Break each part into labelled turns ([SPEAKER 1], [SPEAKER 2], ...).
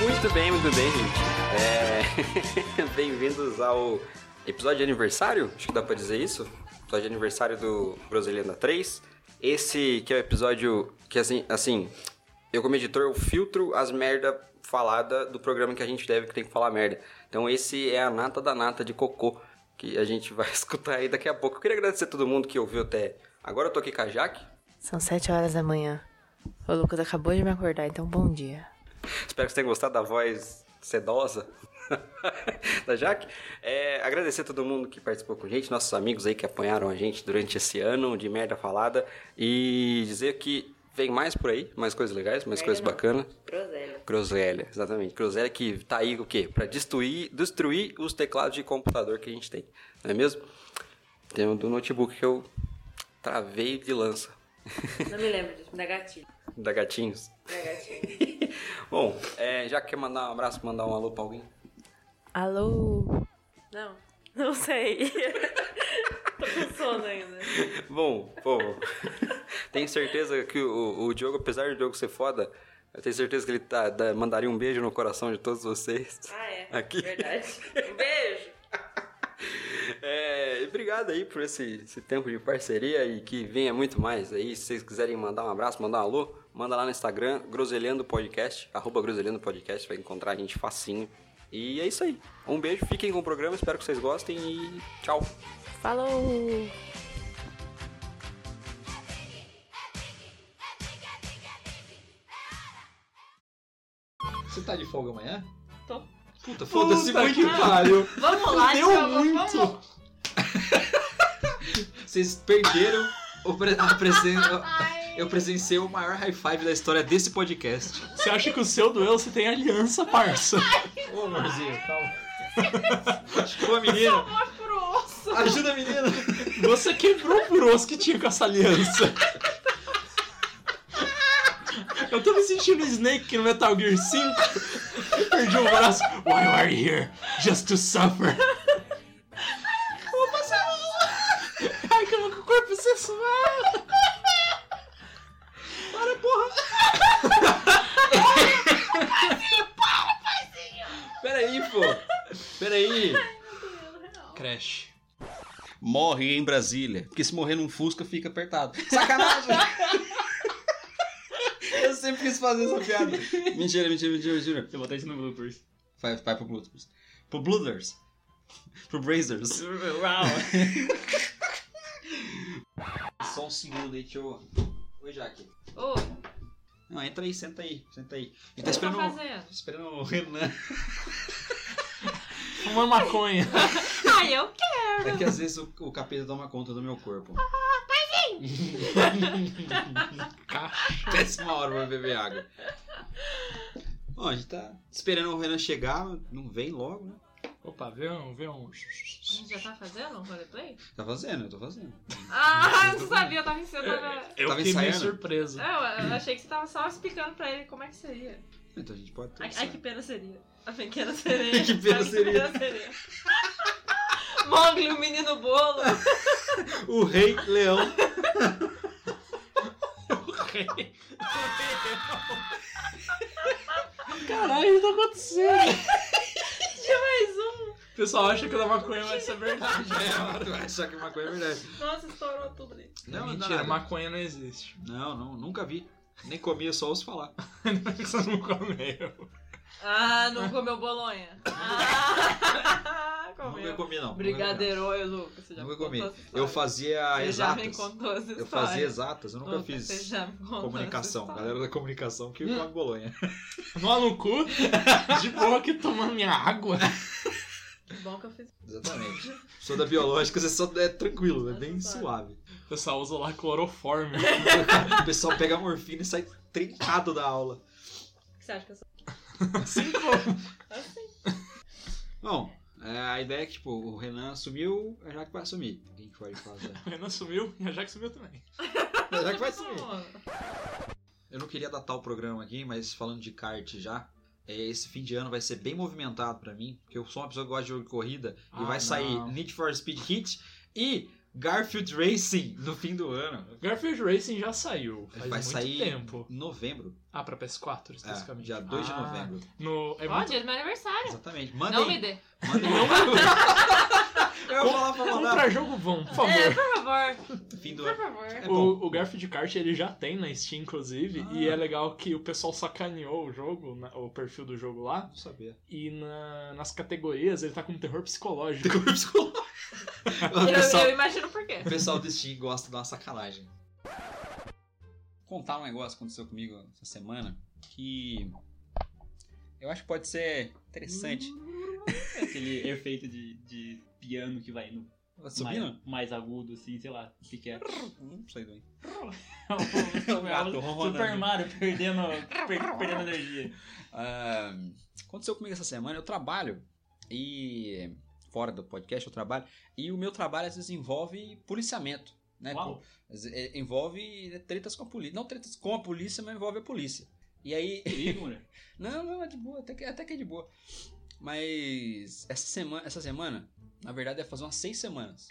[SPEAKER 1] Muito bem, muito bem, gente. É... Bem-vindos ao episódio de aniversário, acho que dá pra dizer isso. Episódio de aniversário do Brasileira 3. Esse que é o episódio que, assim, assim eu como editor, eu filtro as merda falada do programa que a gente deve que tem que falar merda. Então esse é a nata da nata de cocô que a gente vai escutar aí daqui a pouco. Eu queria agradecer a todo mundo que ouviu até agora. Eu tô aqui com a Jaque.
[SPEAKER 2] São sete horas da manhã. O Lucas acabou de me acordar, então bom dia.
[SPEAKER 1] Espero que você tenha gostado da voz sedosa da Jaque. É, agradecer a todo mundo que participou com a gente, nossos amigos aí que apanharam a gente durante esse ano de merda falada. E dizer que vem mais por aí, mais coisas legais, mais
[SPEAKER 3] Merda
[SPEAKER 1] coisas
[SPEAKER 3] não.
[SPEAKER 1] bacanas.
[SPEAKER 3] Groselha.
[SPEAKER 1] Groselha, exatamente. Groselha que tá aí o quê? Pra destruir, destruir os teclados de computador que a gente tem, não é mesmo? Tem um do notebook que eu travei de lança,
[SPEAKER 3] Não me lembro disso. Da gatilho.
[SPEAKER 1] da Gatinhos.
[SPEAKER 3] Da gatilho.
[SPEAKER 1] Bom, é, já que quer mandar um abraço, mandar um alô pra alguém?
[SPEAKER 2] Alô?
[SPEAKER 3] Não. Não sei. Tô com sono ainda.
[SPEAKER 1] Bom, pô, tenho certeza que o, o Diogo, apesar do Diogo ser foda, eu tenho certeza que ele tá, dá- mandaria um beijo no coração de todos vocês.
[SPEAKER 3] Ah, é.
[SPEAKER 1] Aqui.
[SPEAKER 3] Verdade. Um beijo.
[SPEAKER 1] É, e obrigado aí por esse, esse tempo de parceria e que venha muito mais aí. Se vocês quiserem mandar um abraço, mandar um alô, manda lá no Instagram, Groselhando Podcast, arroba Groselhando Podcast, vai encontrar a gente facinho. E é isso aí. Um beijo, fiquem com o programa, espero que vocês gostem e tchau.
[SPEAKER 2] Falou!
[SPEAKER 4] Você tá de folga amanhã?
[SPEAKER 3] Tô.
[SPEAKER 4] Puta, foda-se
[SPEAKER 1] Puta
[SPEAKER 4] muito
[SPEAKER 1] que
[SPEAKER 4] pariu.
[SPEAKER 3] Vamos lá,
[SPEAKER 4] Deu
[SPEAKER 3] Diogo,
[SPEAKER 4] muito.
[SPEAKER 3] Vamos.
[SPEAKER 4] Vocês perderam o pre- a presença. Eu presenciei o maior high five da história desse podcast.
[SPEAKER 5] Você acha que o seu duelo você tem aliança, parça?
[SPEAKER 4] Ô, amorzinho, calma. Machucou Tipo, a menina. Ajuda a menina.
[SPEAKER 5] Você quebrou o furoso que tinha com essa aliança. Eu tô me sentindo Snake no Metal Gear 5. Perdi o braço. Why are you here? Just to suffer. Eu vou passar um... Ai, que eu vou com o corpo sensual. Para, porra.
[SPEAKER 4] Peraí, pô. Peraí. Crash. Morre em Brasília. Porque se morrer num Fusca, fica apertado. Sacanagem! Eu sempre quis fazer essa piada. Mentira, mentira, mentira, mentira.
[SPEAKER 5] Eu botei isso no bloopers.
[SPEAKER 4] Vai, vai pro Bluthers. Pro Bluthers. Pro Brazers.
[SPEAKER 5] Uau.
[SPEAKER 4] Só um segundo aí, deixa eu. Oi, Jaque.
[SPEAKER 3] Ô,
[SPEAKER 4] Não, entra aí, senta aí, senta aí. Ele
[SPEAKER 3] o que
[SPEAKER 4] tá
[SPEAKER 3] eu tô
[SPEAKER 4] esperando, o-
[SPEAKER 3] fazendo?
[SPEAKER 4] esperando o Renan.
[SPEAKER 5] Uma maconha.
[SPEAKER 3] Ai, eu quero.
[SPEAKER 4] É que às vezes o, o capeta toma conta do meu corpo. Péssima hora pra beber água. Bom, a gente tá esperando o Renan chegar, não vem logo, né?
[SPEAKER 5] Opa, vê um... Vê um...
[SPEAKER 3] A gente já tá fazendo um roleplay?
[SPEAKER 4] Tá fazendo, eu tô fazendo.
[SPEAKER 3] Ah, eu não sabia. Eu tava ensinando.
[SPEAKER 5] Eu
[SPEAKER 4] Tava
[SPEAKER 5] fiquei meio
[SPEAKER 4] ensaiando?
[SPEAKER 5] surpreso.
[SPEAKER 3] Eu, eu achei que você tava só explicando pra ele como é que seria.
[SPEAKER 4] Então a gente pode ter.
[SPEAKER 3] Ai, ai, que pena seria. A pequena sereia.
[SPEAKER 4] Que pena
[SPEAKER 3] A
[SPEAKER 4] seria.
[SPEAKER 3] sereia. Mogli, o menino bolo.
[SPEAKER 4] O rei leão
[SPEAKER 5] Caralho, o que tá acontecendo?
[SPEAKER 3] De mais um.
[SPEAKER 5] O pessoal acha que da maconha vai ser verdade.
[SPEAKER 4] É, só que maconha é verdade.
[SPEAKER 3] Nossa, estourou tudo ali.
[SPEAKER 4] Não, não,
[SPEAKER 5] mentira,
[SPEAKER 4] nada.
[SPEAKER 5] maconha não existe.
[SPEAKER 4] Não, não, nunca vi. Nem comia, só ouço falar.
[SPEAKER 5] Você não comeu.
[SPEAKER 3] Ah, não comeu bolonha. Ah,
[SPEAKER 4] Nunca
[SPEAKER 3] comeu.
[SPEAKER 4] comi, não.
[SPEAKER 3] Brigadeiro, Lucas. Você já
[SPEAKER 4] Nunca
[SPEAKER 3] me
[SPEAKER 4] comi.
[SPEAKER 3] contou
[SPEAKER 4] Nunca
[SPEAKER 3] essa
[SPEAKER 4] comi.
[SPEAKER 3] história.
[SPEAKER 4] Eu fazia
[SPEAKER 3] Você já me
[SPEAKER 4] exatas.
[SPEAKER 3] contou essa história.
[SPEAKER 4] Eu fazia exatas, eu nunca
[SPEAKER 3] Lucas, Você
[SPEAKER 4] fiz
[SPEAKER 3] já me contou
[SPEAKER 4] comunicação.
[SPEAKER 3] essa história.
[SPEAKER 4] Galera da comunicação que
[SPEAKER 5] Hum.
[SPEAKER 4] come bolonha.
[SPEAKER 5] Nó no cu, de boa aqui tomando minha água.
[SPEAKER 3] Que bom que eu fiz.
[SPEAKER 4] Exatamente. Sou da biológica, você só é tranquilo, é
[SPEAKER 3] Nossa,
[SPEAKER 4] bem
[SPEAKER 3] sabe.
[SPEAKER 4] suave.
[SPEAKER 5] O pessoal usa lá cloroforme.
[SPEAKER 4] O pessoal pega morfina e sai trincado da aula.
[SPEAKER 3] O que você acha que eu sou?
[SPEAKER 5] Assim como?
[SPEAKER 3] Assim.
[SPEAKER 4] Bom, é, a ideia é que, tipo, o Renan assumiu, a Jaque vai assumir. O que a gente pode fazer?
[SPEAKER 5] O Renan sumiu e a Jack sumiu também.
[SPEAKER 4] A Jaque vai assumir. Eu não queria datar o programa aqui, mas falando de kart já, é, esse fim de ano vai ser bem movimentado pra mim, porque eu sou uma pessoa que gosta de jogo de corrida e
[SPEAKER 5] Ah,
[SPEAKER 4] vai sair
[SPEAKER 5] não.
[SPEAKER 4] Need for Speed Heat e Garfield Racing no fim do ano.
[SPEAKER 5] Garfield Racing já saiu. Faz
[SPEAKER 4] Vai
[SPEAKER 5] muito
[SPEAKER 4] sair
[SPEAKER 5] tempo.
[SPEAKER 4] em novembro.
[SPEAKER 5] Ah, pra PS4,
[SPEAKER 4] É,
[SPEAKER 5] especificamente.
[SPEAKER 4] dia 2 de
[SPEAKER 5] Ah,
[SPEAKER 4] novembro.
[SPEAKER 5] No, é
[SPEAKER 6] Ó,
[SPEAKER 5] muito...
[SPEAKER 6] dia do meu aniversário.
[SPEAKER 4] Exatamente.
[SPEAKER 6] Não me
[SPEAKER 4] Mandem.
[SPEAKER 6] dê.
[SPEAKER 4] mandem. Eu ia falar pra
[SPEAKER 5] Compra
[SPEAKER 4] mandar.
[SPEAKER 5] jogo bom, por
[SPEAKER 6] É,
[SPEAKER 5] favor.
[SPEAKER 6] por favor.
[SPEAKER 4] Fim do
[SPEAKER 6] Por
[SPEAKER 4] ano.
[SPEAKER 6] favor.
[SPEAKER 4] É bom.
[SPEAKER 5] O, o Garfield Kart ele já tem na Steam, inclusive,
[SPEAKER 4] Ah.
[SPEAKER 5] e é legal que o pessoal sacaneou o jogo, na- o perfil do jogo lá,
[SPEAKER 4] Não sabia.
[SPEAKER 5] e na- nas categorias ele tá com terror psicológico.
[SPEAKER 4] psicológico. O
[SPEAKER 6] Eu,
[SPEAKER 4] pessoal,
[SPEAKER 6] eu imagino por quê.
[SPEAKER 4] o pessoal do Steam gosta de uma sacanagem. Contar um negócio que aconteceu comigo essa semana que eu acho que pode ser interessante.
[SPEAKER 7] Aquele efeito de, de piano que vai no
[SPEAKER 4] Subindo?
[SPEAKER 7] Mais, mais agudo, assim, sei lá, o que, que é.
[SPEAKER 4] Não sei do
[SPEAKER 7] É o-
[SPEAKER 4] O gato
[SPEAKER 7] é o
[SPEAKER 4] ronronando.
[SPEAKER 7] Super Mario perdendo, per- perdendo energia.
[SPEAKER 4] Ah, aconteceu comigo essa semana, eu trabalho e fora do podcast eu trabalho e o meu trabalho às vezes envolve policiamento, né?
[SPEAKER 7] Uau.
[SPEAKER 4] Com- é, envolve tretas com a polícia, não tretas com a polícia, mas envolve a polícia. E aí,
[SPEAKER 7] Perigo, mulher.
[SPEAKER 4] não, não, é de boa, até que, até que é de boa. Mas essa semana, essa semana, na verdade, é fazer umas seis semanas.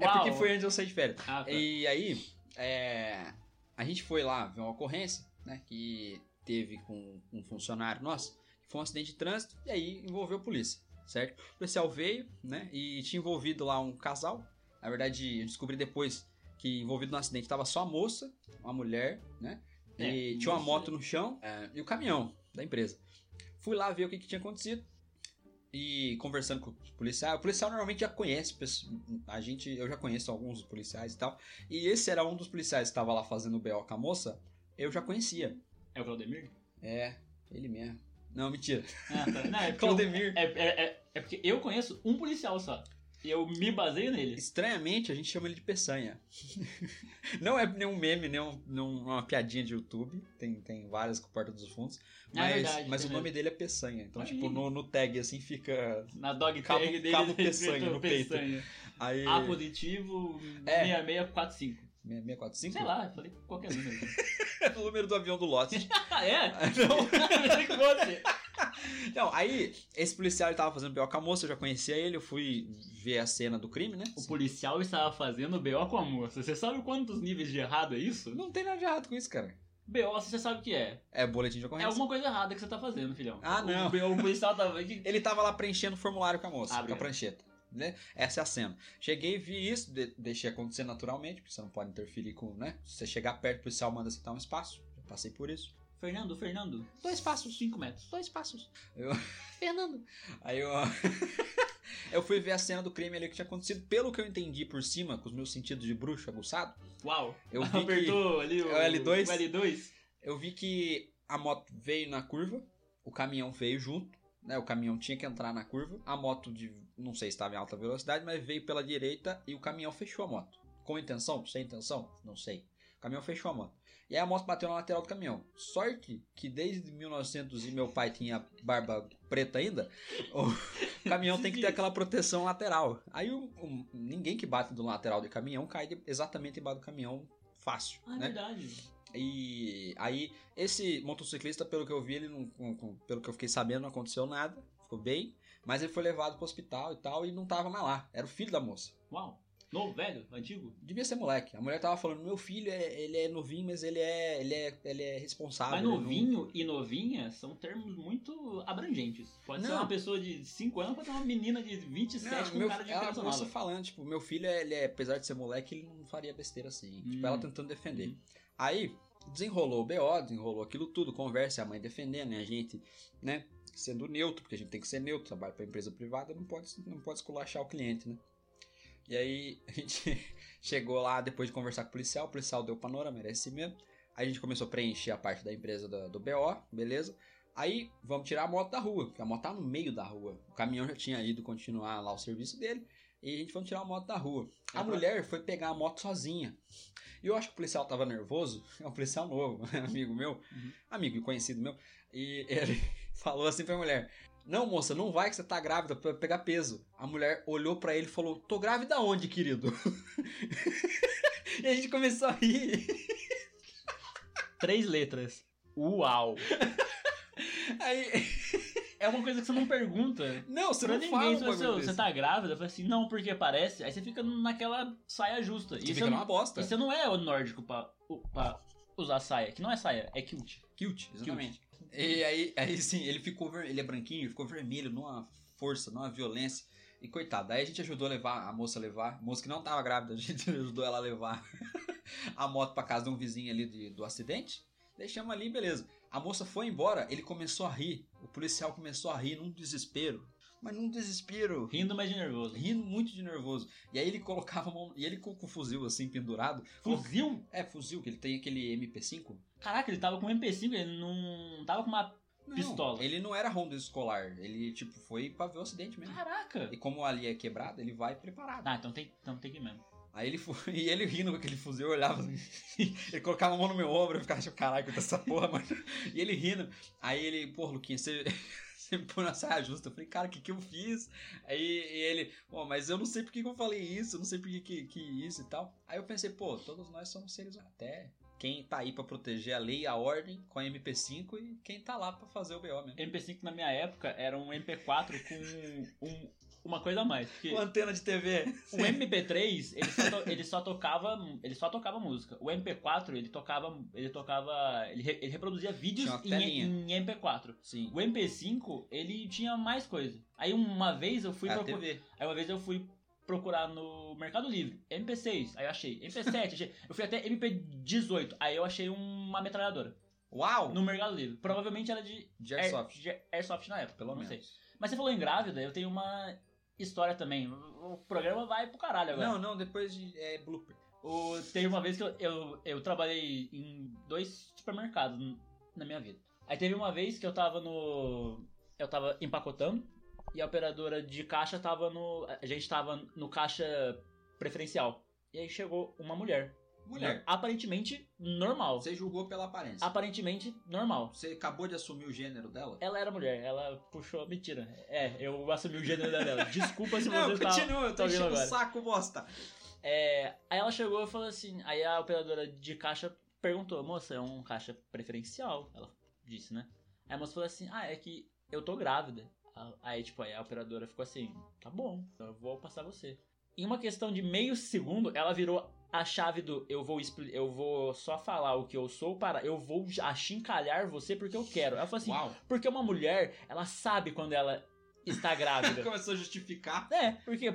[SPEAKER 4] É
[SPEAKER 7] Uau.
[SPEAKER 4] porque foi antes de eu sair de férias.
[SPEAKER 7] Ah, tá.
[SPEAKER 4] E aí, é, a gente foi lá ver uma ocorrência, né? Que teve com um funcionário nosso, que foi um acidente de trânsito, e aí envolveu a polícia, certo? O policial veio, né? E tinha envolvido lá um casal. Na verdade, eu descobri depois que envolvido no acidente tava só a moça, uma mulher, né? E
[SPEAKER 7] É,
[SPEAKER 4] tinha uma
[SPEAKER 7] moça.
[SPEAKER 4] moto no chão é, e o caminhão da empresa. Fui lá ver o que, que tinha acontecido e conversando com o policial. O policial normalmente já conhece, pesso- a gente, eu já conheço alguns policiais e tal. E esse era um dos policiais que estava lá fazendo o BO com a moça, eu já conhecia.
[SPEAKER 7] É o Claudemir?
[SPEAKER 4] É, ele mesmo. Não, mentira.
[SPEAKER 7] Ah, tá. Não, é porque eu-
[SPEAKER 4] Claudemir.
[SPEAKER 7] É, é- é- é porque eu conheço um policial só. E eu me baseio nele.
[SPEAKER 4] Estranhamente, a gente chama ele de Peçanha. não é nenhum meme, nem um- não uma piadinha de YouTube. Tem, tem várias com Porta dos Fundos.
[SPEAKER 7] É
[SPEAKER 4] Mas,
[SPEAKER 7] verdade,
[SPEAKER 4] mas
[SPEAKER 7] tem
[SPEAKER 4] o nome dele é Peçanha. Então,
[SPEAKER 7] Aí.
[SPEAKER 4] tipo, no, no tag assim fica.
[SPEAKER 7] Na dog
[SPEAKER 4] Cabo-
[SPEAKER 7] tag dele.
[SPEAKER 4] cabo
[SPEAKER 7] tá escrito
[SPEAKER 4] peçanha no peito.
[SPEAKER 7] peçanha. Ah.
[SPEAKER 4] Aí.
[SPEAKER 7] A positivo
[SPEAKER 4] É.
[SPEAKER 7] 6645.
[SPEAKER 4] 645?
[SPEAKER 7] Sei lá, falei qualquer número.
[SPEAKER 4] o número do avião do Lost.
[SPEAKER 7] ah, é?
[SPEAKER 4] não.
[SPEAKER 7] Que você.
[SPEAKER 4] Não, aí, esse policial ele tava fazendo pior com a moça, eu já conhecia ele, eu fui ver a cena do crime, né?
[SPEAKER 7] O policial estava fazendo BO com a moça. Você sabe quantos níveis de errado é isso?
[SPEAKER 4] Não tem nada de errado com isso, cara.
[SPEAKER 7] BO, você sabe o que é.
[SPEAKER 4] É boletim de
[SPEAKER 7] É
[SPEAKER 4] ocorrência.
[SPEAKER 7] alguma coisa errada que você tá fazendo, filhão.
[SPEAKER 4] Ah, não.
[SPEAKER 7] O, BO, o policial tava. que-
[SPEAKER 4] Ele tava lá preenchendo o formulário com a moça,
[SPEAKER 7] Ah,
[SPEAKER 4] com a
[SPEAKER 7] obrigado.
[SPEAKER 4] prancheta. Né? Essa é a cena. Cheguei, vi isso, de- deixei acontecer naturalmente, porque você não pode interferir com, né? Se você chegar perto, o policial manda você dar um espaço. Já passei por isso.
[SPEAKER 7] Fernando, Fernando.
[SPEAKER 4] Dois passos.
[SPEAKER 7] Cinco metros.
[SPEAKER 4] Dois passos. Eu... Fernando. Aí eu. eu fui ver a cena do crime ali que tinha acontecido. Pelo que eu entendi por cima, com os meus sentidos de bruxo aguçado,
[SPEAKER 7] Uau.
[SPEAKER 4] eu vi que-
[SPEAKER 7] Apertou ali o,
[SPEAKER 4] É o L2?
[SPEAKER 7] o L2.
[SPEAKER 4] Eu vi que a moto veio na curva, o caminhão veio junto, né? O caminhão tinha que entrar na curva. A moto de não sei se estava em alta velocidade, mas veio pela direita e o caminhão fechou a moto. Com intenção, sem intenção, não sei. O caminhão fechou a moto. E aí a moto bateu na lateral do caminhão. Sorte que desde 1900 e meu pai tinha barba preta ainda, o caminhão tem que ter aquela proteção lateral. Aí o- o- ninguém que bate do lateral do caminhão cai de- exatamente embaixo do caminhão fácil,
[SPEAKER 7] Ah, é
[SPEAKER 4] né?
[SPEAKER 7] verdade.
[SPEAKER 4] E aí, esse motociclista, pelo que eu vi, ele não, com- com- pelo que eu fiquei sabendo, não aconteceu nada, ficou bem, mas ele foi levado pro hospital e tal, e não tava mais lá. Era o filho da moça.
[SPEAKER 7] Uau. Novo, velho, antigo.
[SPEAKER 4] Devia ser moleque. A mulher tava falando: meu filho, é- ele é novinho, mas ele é, ele é, ele é responsável.
[SPEAKER 7] Mas
[SPEAKER 4] ele não-
[SPEAKER 7] novinho e novinha são termos muito abrangentes. Pode ser
[SPEAKER 4] Não.
[SPEAKER 7] uma pessoa de 5 anos, pode ser uma menina de 27 com
[SPEAKER 4] meu,
[SPEAKER 7] um cara de
[SPEAKER 4] ela
[SPEAKER 7] criança
[SPEAKER 4] começou
[SPEAKER 7] nova.
[SPEAKER 4] falando, tipo, meu filho, ele é, apesar de ser moleque, ele não faria besteira assim. Tipo,
[SPEAKER 7] Hum.
[SPEAKER 4] ela tentando defender. Aí, desenrolou o BO, desenrolou aquilo tudo, conversa, é a mãe defendendo, e a gente, né, sendo neutro, porque a gente tem que ser neutro, trabalha pra empresa privada, não pode, não pode esculachar o cliente, né? E aí, a gente chegou lá, depois de conversar com o policial, o policial deu o panorama, era esse mesmo. Aí a gente começou a preencher a parte da empresa do, do BO, beleza? Aí, vamos tirar a moto da rua, porque a moto tá no meio da rua. O caminhão já tinha ido continuar lá o serviço dele, e a gente vamos tirar a moto da rua. A
[SPEAKER 7] Aham.
[SPEAKER 4] mulher foi pegar a moto sozinha. E eu acho que o policial tava nervoso, é um policial novo, amigo meu,
[SPEAKER 7] Uhum.
[SPEAKER 4] amigo e conhecido meu, e ele falou assim pra mulher: Não, moça, não vai que você tá grávida pra pegar peso. A mulher olhou pra ele e falou: Tô grávida onde, querido? e a gente começou a rir.
[SPEAKER 7] Três letras. Uau.
[SPEAKER 4] Aí.
[SPEAKER 7] é uma coisa que você não pergunta.
[SPEAKER 4] Não, você
[SPEAKER 7] pra
[SPEAKER 4] não fala
[SPEAKER 7] ninguém,
[SPEAKER 4] um
[SPEAKER 7] se você,
[SPEAKER 4] bagulho
[SPEAKER 7] você
[SPEAKER 4] desse.
[SPEAKER 7] tá grávida, fala assim, não, porque parece. Aí você fica naquela saia justa.
[SPEAKER 4] Você
[SPEAKER 7] e
[SPEAKER 4] fica
[SPEAKER 7] você,
[SPEAKER 4] numa é bosta.
[SPEAKER 7] não, e você não é o nórdico pra, o- pra usar saia, que não é saia, é kilt.
[SPEAKER 4] Cute, exatamente. E aí, aí sim, ele ficou ver- ele é branquinho, ficou vermelho numa força, numa violência. E coitado, aí a gente ajudou a levar a moça a levar, a moça que não tava grávida, a gente ajudou ela a levar a moto pra casa de um vizinho ali de- do acidente. Deixamos ali, beleza. A moça foi embora, ele começou a rir. O policial começou a rir num desespero. Mas num desespero
[SPEAKER 7] Rindo, mas de nervoso.
[SPEAKER 4] rindo muito de nervoso. E aí ele colocava a mão. E ele com, com o fuzil assim, pendurado. colo-
[SPEAKER 7] Fuzil?
[SPEAKER 4] É, fuzil, que ele tem aquele MP5.
[SPEAKER 7] Caraca, ele tava com um MP5, ele não tava com uma...
[SPEAKER 4] Não,
[SPEAKER 7] Pistola.
[SPEAKER 4] Ele não era ronda escolar. Ele, tipo, foi pra ver o acidente mesmo.
[SPEAKER 7] Caraca!
[SPEAKER 4] E como ali é quebrado, ele vai preparado.
[SPEAKER 7] Ah, então tem, então tem que ir mesmo.
[SPEAKER 4] Aí ele foi. E ele rindo com aquele fuzil, eu olhava. assim, ele colocava a mão no meu ombro, eu ficava tipo, caralho, que essa porra, mano. E ele rindo. Aí ele, pô, Luquinha, você. Você me põe na saia justa. Eu falei, cara, o que, que eu fiz? Aí e ele, pô, mas eu não sei por que, que eu falei isso, eu não sei por que, que, que isso e tal. Aí eu pensei, pô, todos nós somos seres humanos. Até quem tá aí pra proteger a lei e a ordem com a MP5 e quem tá lá pra fazer o BO mesmo.
[SPEAKER 7] MP5 na minha época era um MP4 com um- uma coisa a mais. Porque
[SPEAKER 4] Com antena de TV.
[SPEAKER 7] o MP3, ele só, to- ele só tocava ele só tocava música. O MP4, ele tocava ele tocava ele, re- ele reproduzia vídeos
[SPEAKER 4] Tinha uma telinha.
[SPEAKER 7] em, em MP4.
[SPEAKER 4] Sim.
[SPEAKER 7] O MP5, ele tinha mais coisa. Aí uma vez eu fui
[SPEAKER 4] É a
[SPEAKER 7] procu-
[SPEAKER 4] TV.
[SPEAKER 7] aí uma vez eu fui procurar no Mercado Livre, MP6, aí eu achei, MP7, achei. Eu fui até MP18, aí eu achei uma metralhadora
[SPEAKER 4] Uau!
[SPEAKER 7] no Mercado Livre. Provavelmente era de
[SPEAKER 4] De Airsoft.
[SPEAKER 7] Air- de É, Airsoft na época,
[SPEAKER 4] Pelo
[SPEAKER 7] não
[SPEAKER 4] menos.
[SPEAKER 7] sei. Mas você falou em grávida, eu tenho uma história também. O programa vai pro caralho agora.
[SPEAKER 4] é, Não, não, depois de, é blooper.
[SPEAKER 7] O, teve uma vez que eu, eu, eu trabalhei em dois supermercados n- na minha vida. Aí teve uma vez que eu tava no. Eu tava empacotando e a operadora de caixa tava no. A gente tava no caixa preferencial. E aí chegou uma mulher.
[SPEAKER 4] Mulher,
[SPEAKER 7] Aparentemente normal.
[SPEAKER 4] você julgou pela aparência.
[SPEAKER 7] Aparentemente normal.
[SPEAKER 4] Você acabou de assumir o gênero dela?
[SPEAKER 7] Ela era mulher, ela puxou. Mentira. É, eu assumi o gênero dela. Desculpa se você tá.
[SPEAKER 4] eu
[SPEAKER 7] tá ouvindo
[SPEAKER 4] enchendo
[SPEAKER 7] agora.
[SPEAKER 4] o saco, bosta.
[SPEAKER 7] É, aí ela chegou e falou assim, aí a operadora de caixa perguntou, moça, é um caixa preferencial? Ela disse, né? Aí a moça falou assim, ah, é que eu tô grávida. Ah, Aí, tipo, aí a operadora ficou assim, tá bom, então eu vou passar você. Em uma questão de meio segundo, ela virou a chave do eu vou expli- eu vou só falar o que eu sou para eu vou achincalhar você porque eu quero. Ela falou assim,
[SPEAKER 4] Uau.
[SPEAKER 7] porque uma mulher, ela sabe quando ela está grávida.
[SPEAKER 4] Começou a justificar.
[SPEAKER 7] É, porque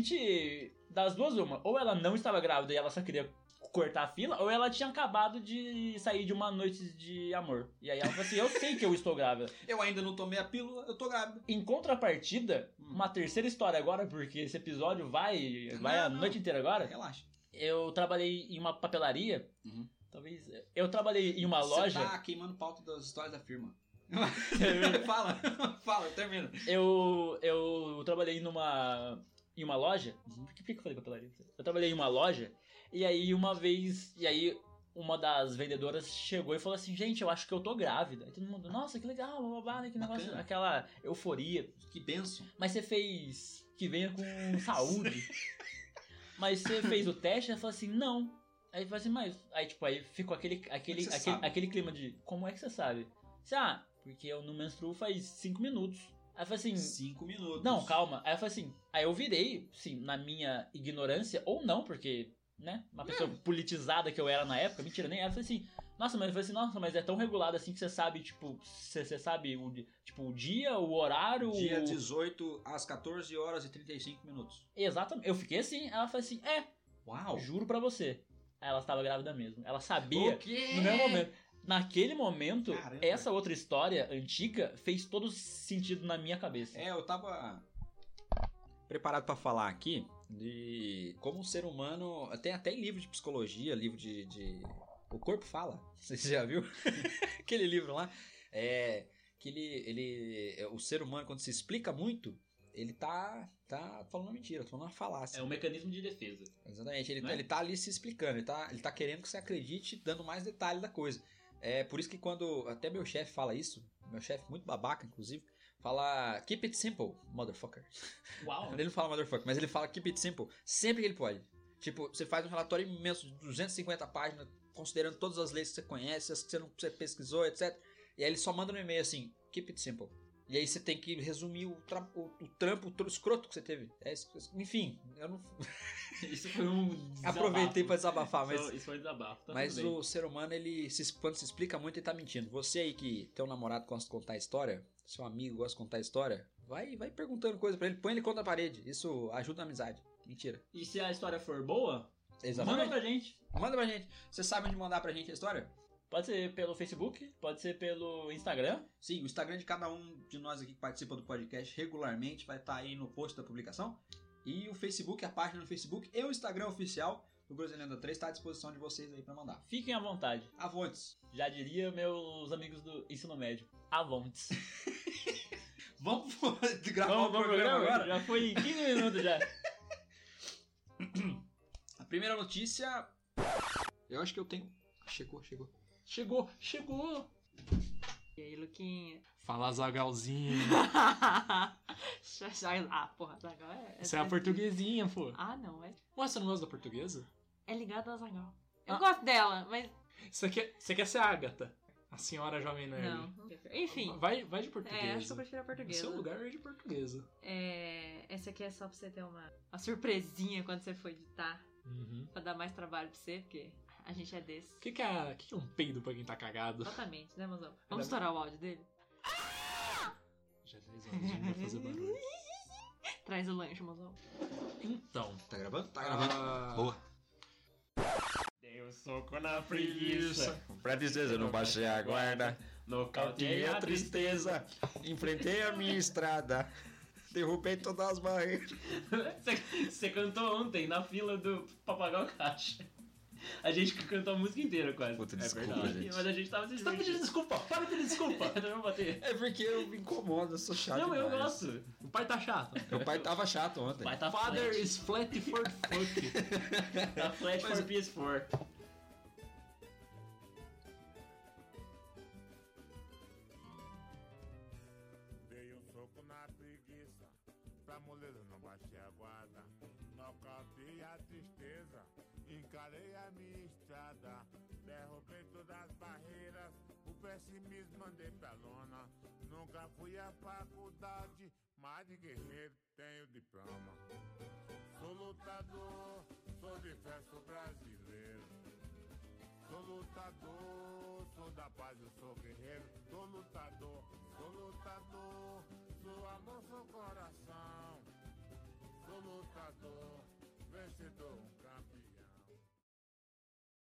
[SPEAKER 7] provavelmente das duas, uma. Ou ela não estava grávida e ela só queria cortar a fila, ou ela tinha acabado de sair de uma noite de amor. E aí ela falou assim: Eu sei que eu estou grávida.
[SPEAKER 4] Eu ainda não tomei a pílula, eu tô grávida.
[SPEAKER 7] Em contrapartida, uma terceira história agora, porque esse episódio vai, vai a
[SPEAKER 4] Não, não.
[SPEAKER 7] noite inteira agora.
[SPEAKER 4] Relaxa.
[SPEAKER 7] Eu trabalhei em uma papelaria.
[SPEAKER 4] Uhum.
[SPEAKER 7] Talvez. Eu trabalhei em uma loja.
[SPEAKER 4] Você tá queimando pauta das histórias da firma.
[SPEAKER 7] É.
[SPEAKER 4] fala, fala, termina.
[SPEAKER 7] Eu, eu trabalhei numa em uma loja.
[SPEAKER 4] Uhum.
[SPEAKER 7] Por que, por que eu falei papelaria? Eu trabalhei em uma loja e aí uma vez, e aí uma das vendedoras chegou e falou assim: "Gente, eu acho que eu tô grávida". Aí todo mundo: "Nossa, que legal, blá, blá, blá, né, que negócio,
[SPEAKER 4] Bacana.
[SPEAKER 7] aquela euforia".
[SPEAKER 4] Que benção.
[SPEAKER 7] Mas você fez que venha com saúde. Mas você fez o teste, ela falou assim: "Não". Aí falou assim: "Mas aí tipo, aí ficou aquele aquele
[SPEAKER 4] Como que você
[SPEAKER 7] aquele,
[SPEAKER 4] sabe?
[SPEAKER 7] aquele clima de: "Como é que você sabe?". Você, ah, porque eu não menstruo faz cinco minutos. Aí falou assim:
[SPEAKER 4] Cinco minutos.
[SPEAKER 7] não, calma. Aí eu falei assim, aí eu virei, sim, na minha ignorância, ou não, porque, né, uma pessoa politizada que eu era na época, mentira, nem era, eu falei assim, nossa, mas eu falei assim, nossa, mas é tão regulado assim que você sabe, tipo, você você sabe o, di- tipo, o dia, o horário.
[SPEAKER 4] Dia
[SPEAKER 7] o...
[SPEAKER 4] 18 às 14 horas e 35 minutos.
[SPEAKER 7] Exatamente. Eu fiquei assim, ela falou assim, é,
[SPEAKER 4] Uau.
[SPEAKER 7] juro pra você. Aí ela estava grávida mesmo. Ela sabia
[SPEAKER 4] O quê?
[SPEAKER 7] no mesmo momento. Naquele momento,
[SPEAKER 4] Caramba.
[SPEAKER 7] essa outra história antiga fez todo sentido na minha cabeça.
[SPEAKER 4] É, eu tava preparado pra falar aqui de como o ser humano. Tem até em livro de psicologia, livro de. de- O corpo fala. Você já viu? Aquele livro lá. É. Que ele, ele. é, O ser humano, quando se explica muito, ele tá. tá falando uma mentira, tá falando uma falácia.
[SPEAKER 7] é um mecanismo de defesa.
[SPEAKER 4] Exatamente, ele,
[SPEAKER 7] Né?
[SPEAKER 4] tá- ele tá ali se explicando, ele tá, ele tá querendo que você acredite, dando mais detalhe da coisa. É por isso que quando até meu chefe fala isso, meu chefe muito babaca, inclusive, fala keep it simple, motherfucker.
[SPEAKER 7] Uau.
[SPEAKER 4] Ele não fala motherfucker, mas ele fala keep it simple sempre que ele pode. Tipo, você faz um relatório imenso de 250 páginas, considerando todas as leis que você conhece, as que você não você pesquisou, etc. E aí ele só manda no e-mail assim, keep it simple. E aí você tem que resumir o, tra- o, o trampo, todo escroto que você teve. É isso- isso- enfim, eu não
[SPEAKER 7] Isso foi um. desabafo.
[SPEAKER 4] aproveitei pra desabafar, mas.
[SPEAKER 7] Isso- Isso foi um desabafo. Tá
[SPEAKER 4] Mas
[SPEAKER 7] tudo bem.
[SPEAKER 4] o ser humano, ele se, quando se explica muito, ele tá mentindo. Você aí que tem um namorado que gosta de contar história, seu amigo gosta de contar história, vai, vai perguntando coisa pra ele, põe ele contra a parede. Isso ajuda a amizade. Mentira.
[SPEAKER 7] E se a história for boa, manda pra gente.
[SPEAKER 4] Manda pra gente. Você sabe onde mandar pra gente a história?
[SPEAKER 7] Pode ser pelo Facebook, pode ser pelo Instagram.
[SPEAKER 4] Sim, o Instagram de cada um de nós aqui que participa do podcast regularmente vai estar aí no post da publicação. E o Facebook, a página no Facebook e o Instagram oficial do Groselenda 3 está à disposição de vocês aí pra mandar.
[SPEAKER 7] Fiquem à vontade.
[SPEAKER 4] Avontes,
[SPEAKER 7] Já diria meus amigos do ensino médio. Avontes.
[SPEAKER 4] vamos gravar
[SPEAKER 7] Tá Vamos
[SPEAKER 4] o
[SPEAKER 7] pro
[SPEAKER 4] programa
[SPEAKER 7] programa?
[SPEAKER 4] agora?
[SPEAKER 7] Já foi 15 minutos já.
[SPEAKER 4] A primeira notícia. Eu acho que eu tenho. Chegou, chegou. Chegou, chegou!
[SPEAKER 3] E aí, Luquinha?
[SPEAKER 5] Fala Zagalzinho.
[SPEAKER 3] já, já, ah, porra, Zagal é.
[SPEAKER 5] Você é a portuguesinha, pô.
[SPEAKER 3] Ah, não, é,
[SPEAKER 5] Ué, você não gosta da portuguesa?
[SPEAKER 3] é ligado a Zagal. Eu
[SPEAKER 5] Ah.
[SPEAKER 3] gosto dela, mas.
[SPEAKER 5] Você quer, você quer é ser a Agatha? A senhora jovem nerd.
[SPEAKER 3] Não. Enfim.
[SPEAKER 5] Vai, vai de portuguesa.
[SPEAKER 3] É, acho que eu prefiro a portuguesa.
[SPEAKER 5] Seu lugar é de portuguesa.
[SPEAKER 3] É, essa aqui é só pra você ter uma, uma surpresinha quando você for editar.
[SPEAKER 5] Uhum.
[SPEAKER 3] Pra dar mais trabalho pra você, porque a gente é desse.
[SPEAKER 5] O que, que, é, o que, que é um peido pra quem tá cagado?
[SPEAKER 3] Exatamente, né, mozão?
[SPEAKER 5] é
[SPEAKER 3] Vamos estourar o áudio dele?
[SPEAKER 5] Já 10 horas, já vai fazer barulho.
[SPEAKER 3] Traz o lanche, mozão.
[SPEAKER 5] Então.
[SPEAKER 4] Tá gravando? Tá
[SPEAKER 5] Ah,
[SPEAKER 4] Boa.
[SPEAKER 7] Deu soco na
[SPEAKER 6] Ah, Pra tristeza, não baixei a guarda. Nocauteei
[SPEAKER 5] é
[SPEAKER 6] a tristeza. Enfrentei a minha estrada. Derrubei todas as barreiras.
[SPEAKER 7] Você cantou ontem na fila do Papagaio Caixa. A gente que cantou a música inteira quase.
[SPEAKER 6] Puta,
[SPEAKER 7] É
[SPEAKER 6] desculpa,
[SPEAKER 7] verdade.
[SPEAKER 6] gente.
[SPEAKER 7] Mas a gente tava se
[SPEAKER 5] Você tá pedindo desculpa, para de pedir desculpa.
[SPEAKER 7] Eu também botei.
[SPEAKER 6] É porque eu me incomodo, eu sou chato.
[SPEAKER 7] Não, eu
[SPEAKER 6] demais.
[SPEAKER 7] gosto.
[SPEAKER 5] O pai tá chato.
[SPEAKER 6] Meu pai tava chato ontem.
[SPEAKER 7] Vai tá
[SPEAKER 5] Father
[SPEAKER 7] flat.
[SPEAKER 5] is flat for fuck.
[SPEAKER 7] Tá flat for PS4.
[SPEAKER 8] Dei um soco na preguiça, pra moleza não baixei a guarda. Nocauteei a tristeza, encarei a minha estrada. Derrubei todas as barreiras, o pessimismo mandei pra lona. Nunca fui à faculdade, mas de guerreiro tenho diploma. Sou lutador, sou de fé, sou brasileiro. Sou lutador, sou da paz, eu sou guerreiro. Sou lutador, sou lutador, sou amor, sou coração. Sou lutador, vencedor. um